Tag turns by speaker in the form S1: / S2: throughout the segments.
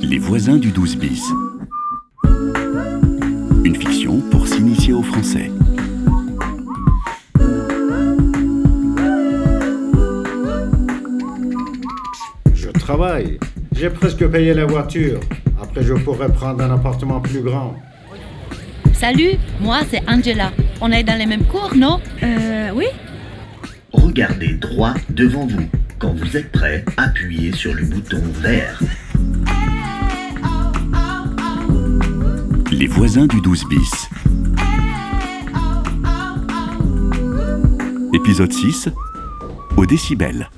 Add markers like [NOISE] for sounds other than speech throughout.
S1: Les voisins du 12 bis. Une fiction pour s'initier au français.
S2: Je travaille. J'ai presque payé la voiture. Après, je pourrais prendre un appartement plus grand.
S3: Salut, moi c'est Angela. On est dans les mêmes cours, non
S4: Euh, oui
S5: Regardez droit devant vous. Quand vous êtes prêt, appuyez sur le bouton vert.
S1: Les voisins du 12 bis. Épisode 6. Au décibel.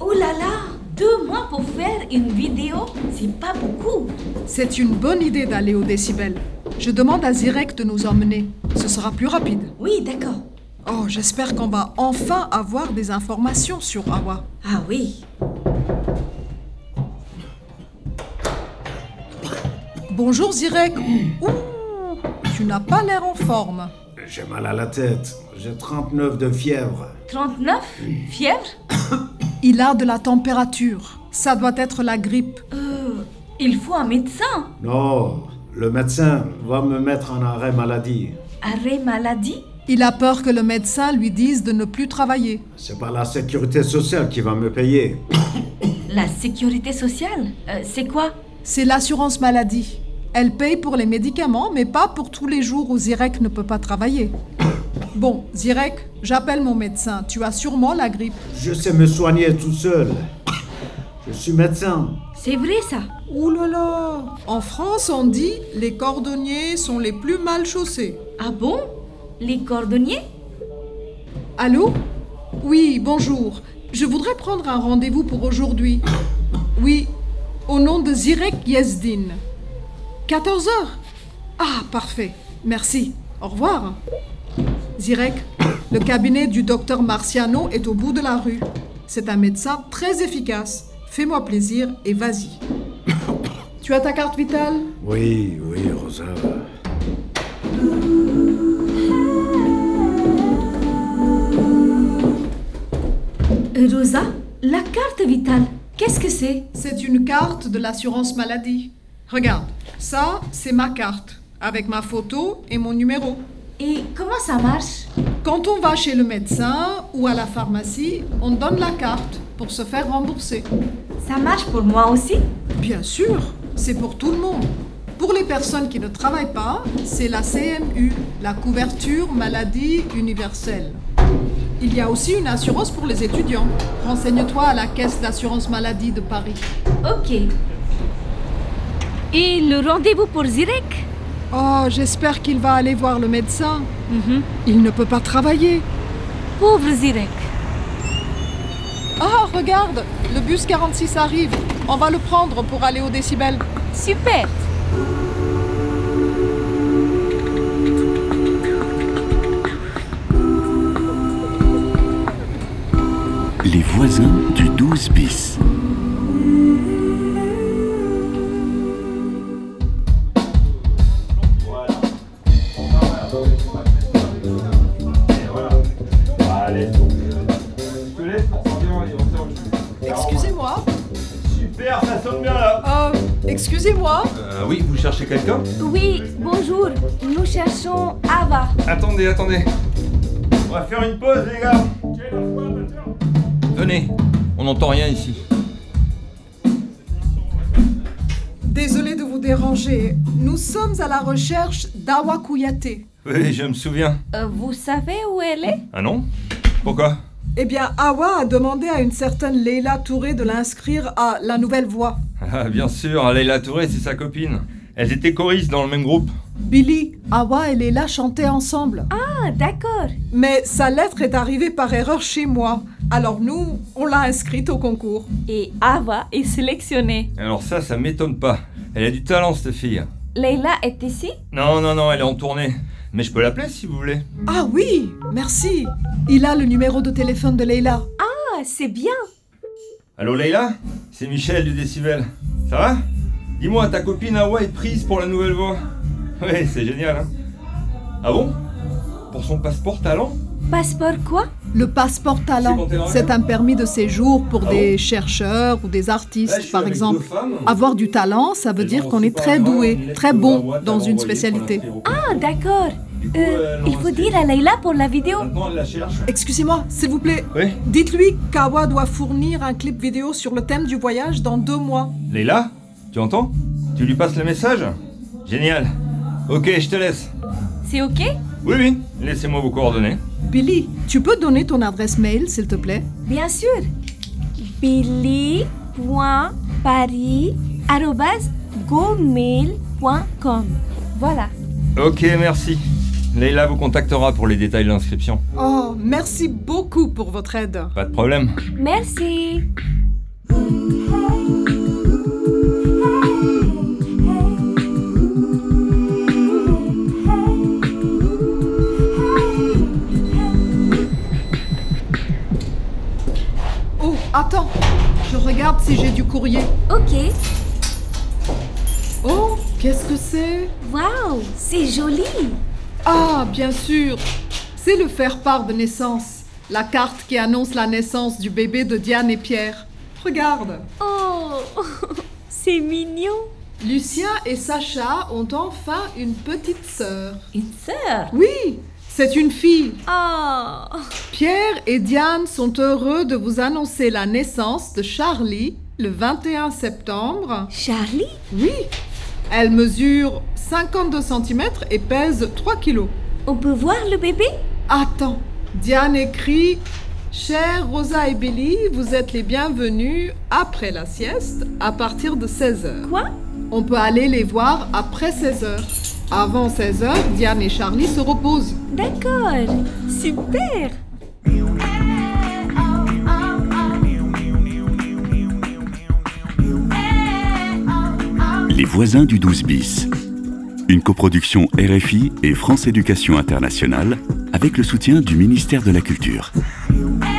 S6: Oh là là, deux mois pour faire une vidéo, c'est pas beaucoup.
S7: C'est une bonne idée d'aller au décibel. Je demande à Zirek de nous emmener. Ce sera plus rapide.
S6: Oui, d'accord.
S7: Oh, j'espère qu'on va enfin avoir des informations sur Awa.
S6: Ah oui.
S7: Bonjour Zirek. Ouh, tu n'as pas l'air en forme.
S2: J'ai mal à la tête. J'ai 39 de fièvre.
S6: 39 Fièvre
S7: Il a de la température. Ça doit être la grippe.
S6: Euh, Il faut un médecin.
S2: Non, le médecin va me mettre en arrêt maladie.
S6: Arrêt maladie
S7: Il a peur que le médecin lui dise de ne plus travailler.
S2: C'est pas la sécurité sociale qui va me payer.
S6: La sécurité sociale Euh, C'est quoi
S7: C'est l'assurance maladie. Elle paye pour les médicaments, mais pas pour tous les jours où Zirek ne peut pas travailler. Bon, Zirek, j'appelle mon médecin. Tu as sûrement la grippe.
S2: Je sais me soigner tout seul. Je suis médecin.
S6: C'est vrai ça
S7: Ouh là là En France, on dit les cordonniers sont les plus mal chaussés.
S6: Ah bon Les cordonniers
S7: Allô Oui, bonjour. Je voudrais prendre un rendez-vous pour aujourd'hui. Oui, au nom de Zirek Yezdin. 14 heures Ah, parfait. Merci. Au revoir. Zirek, le cabinet du docteur Marciano est au bout de la rue. C'est un médecin très efficace. Fais-moi plaisir et vas-y. tu as ta carte vitale
S2: Oui, oui, Rosa.
S6: Euh, Rosa, la carte vitale, qu'est-ce que c'est
S7: C'est une carte de l'assurance maladie. Regarde, ça, c'est ma carte, avec ma photo et mon numéro.
S6: Et comment ça marche
S7: Quand on va chez le médecin ou à la pharmacie, on donne la carte pour se faire rembourser.
S6: Ça marche pour moi aussi
S7: Bien sûr, c'est pour tout le monde. Pour les personnes qui ne travaillent pas, c'est la CMU, la couverture maladie universelle. Il y a aussi une assurance pour les étudiants. Renseigne-toi à la caisse d'assurance maladie de Paris.
S6: Ok. Et le rendez-vous pour Zirek
S7: Oh, j'espère qu'il va aller voir le médecin. Il ne peut pas travailler.
S6: Pauvre Zirek.
S7: Ah, regarde, le bus 46 arrive. On va le prendre pour aller au décibel.
S6: Super
S1: Les voisins du 12 bis.
S8: Allez, je te laisse pour s'en bien et on s'en
S7: Excusez-moi.
S8: Super, ça sonne bien là
S7: Euh, excusez-moi.
S8: Euh, oui, vous cherchez quelqu'un
S6: Oui, bonjour. Nous cherchons Ava.
S8: Attendez, attendez. On va faire une pause, les gars. Venez, on n'entend rien ici.
S7: Désolée de vous déranger. Nous sommes à la recherche d'Awa Kouyaté.
S8: Oui, je me souviens.
S6: Euh, vous savez où elle est
S8: Ah non Pourquoi
S7: Eh bien, Awa a demandé à une certaine Leila Touré de l'inscrire à La Nouvelle Voix.
S8: Ah, bien sûr, Leila Touré, c'est sa copine. Elles étaient choristes dans le même groupe.
S7: Billy, Awa et Leila chantaient ensemble.
S6: Ah, d'accord.
S7: Mais sa lettre est arrivée par erreur chez moi. Alors nous, on l'a inscrite au concours.
S6: Et Ava est sélectionnée.
S8: Alors ça, ça m'étonne pas. Elle a du talent, cette fille.
S6: Leila est ici
S8: Non, non, non, elle est en tournée. Mais je peux l'appeler si vous voulez.
S7: Ah oui, merci. Il a le numéro de téléphone de Leila.
S6: Ah, c'est bien.
S8: Allô Leïla C'est Michel du Décibel. Ça va Dis-moi, ta copine Awa est prise pour la nouvelle [LAUGHS] voix. Ouais, c'est génial, hein Ah bon Pour son passeport talent
S6: Passeport quoi
S7: Le passeport talent, c'est un permis de séjour pour des chercheurs ou des
S8: Là, Ah je
S7: artistes,
S8: suis
S7: par
S8: avec
S7: exemple.
S8: deux femmes.
S7: Avoir du talent, ça veut
S8: Elles
S7: dire
S8: ont
S7: qu'on
S8: reçu
S7: est
S8: par
S7: très
S8: erreur une
S7: doué,
S8: lettre
S7: très
S8: de
S7: bon
S8: Watt à
S7: dans une
S8: renvoyer pour
S7: spécialité.
S8: l'inscrire au
S6: Ah, d'accord.
S8: Du coup,
S6: Euh,
S8: elle
S6: il
S8: en
S6: faut
S8: reste-
S6: dire à Leïla pour la vidéo.
S8: Maintenant, elle la cherche.
S7: Excusez-moi, s'il vous plaît.
S8: Oui
S7: Dites-lui qu'Awa doit fournir un clip vidéo sur le thème du voyage dans deux mois.
S8: Leïla Tu entends Tu lui passes le message Génial. Ok, je te laisse.
S6: C'est OK
S8: Oui, oui, laissez-moi vos coordonnées.
S7: Billy, tu peux donner ton adresse mail, s'il te plaît
S6: Bien sûr. billy.paris.gmail.com Voilà.
S8: Ok, merci. Leïla vous contactera pour les détails de l'inscription.
S7: Oh, merci beaucoup pour votre aide.
S8: Pas de problème.
S6: Merci.
S7: Oh, attends, je regarde si j'ai du courrier.
S6: OK.
S7: Oh, qu'est-ce que c'est
S6: Waouh, c'est joli.
S7: Ah, bien sûr C'est le faire-part de naissance, la carte qui annonce la naissance du bébé de Diane et Pierre. Regarde
S6: Oh, [LAUGHS] c'est mignon.
S7: Lucien et Sacha ont enfin une petite sœur.
S6: Une sœur.
S7: Oui, c'est une fille.
S6: Oh,
S7: Pierre et Diane sont heureux de vous annoncer la naissance de Charlie le 21 septembre.
S6: Charlie.
S7: Oui, elle mesure 52 cm et pèse 3 kilos.
S6: On peut voir le bébé
S7: Attends, Diane écrit Chers Rosa et Billy, vous êtes les bienvenus après la sieste à partir de 16h.
S6: Quoi
S7: On peut aller les voir après 16h. Avant 16h, Diane et Charlie se reposent.
S6: D'accord. Super.
S1: Les voisins du 12 bis. Une coproduction RFI et France Éducation Internationale avec le soutien du ministère de la Culture.
S4: Eh,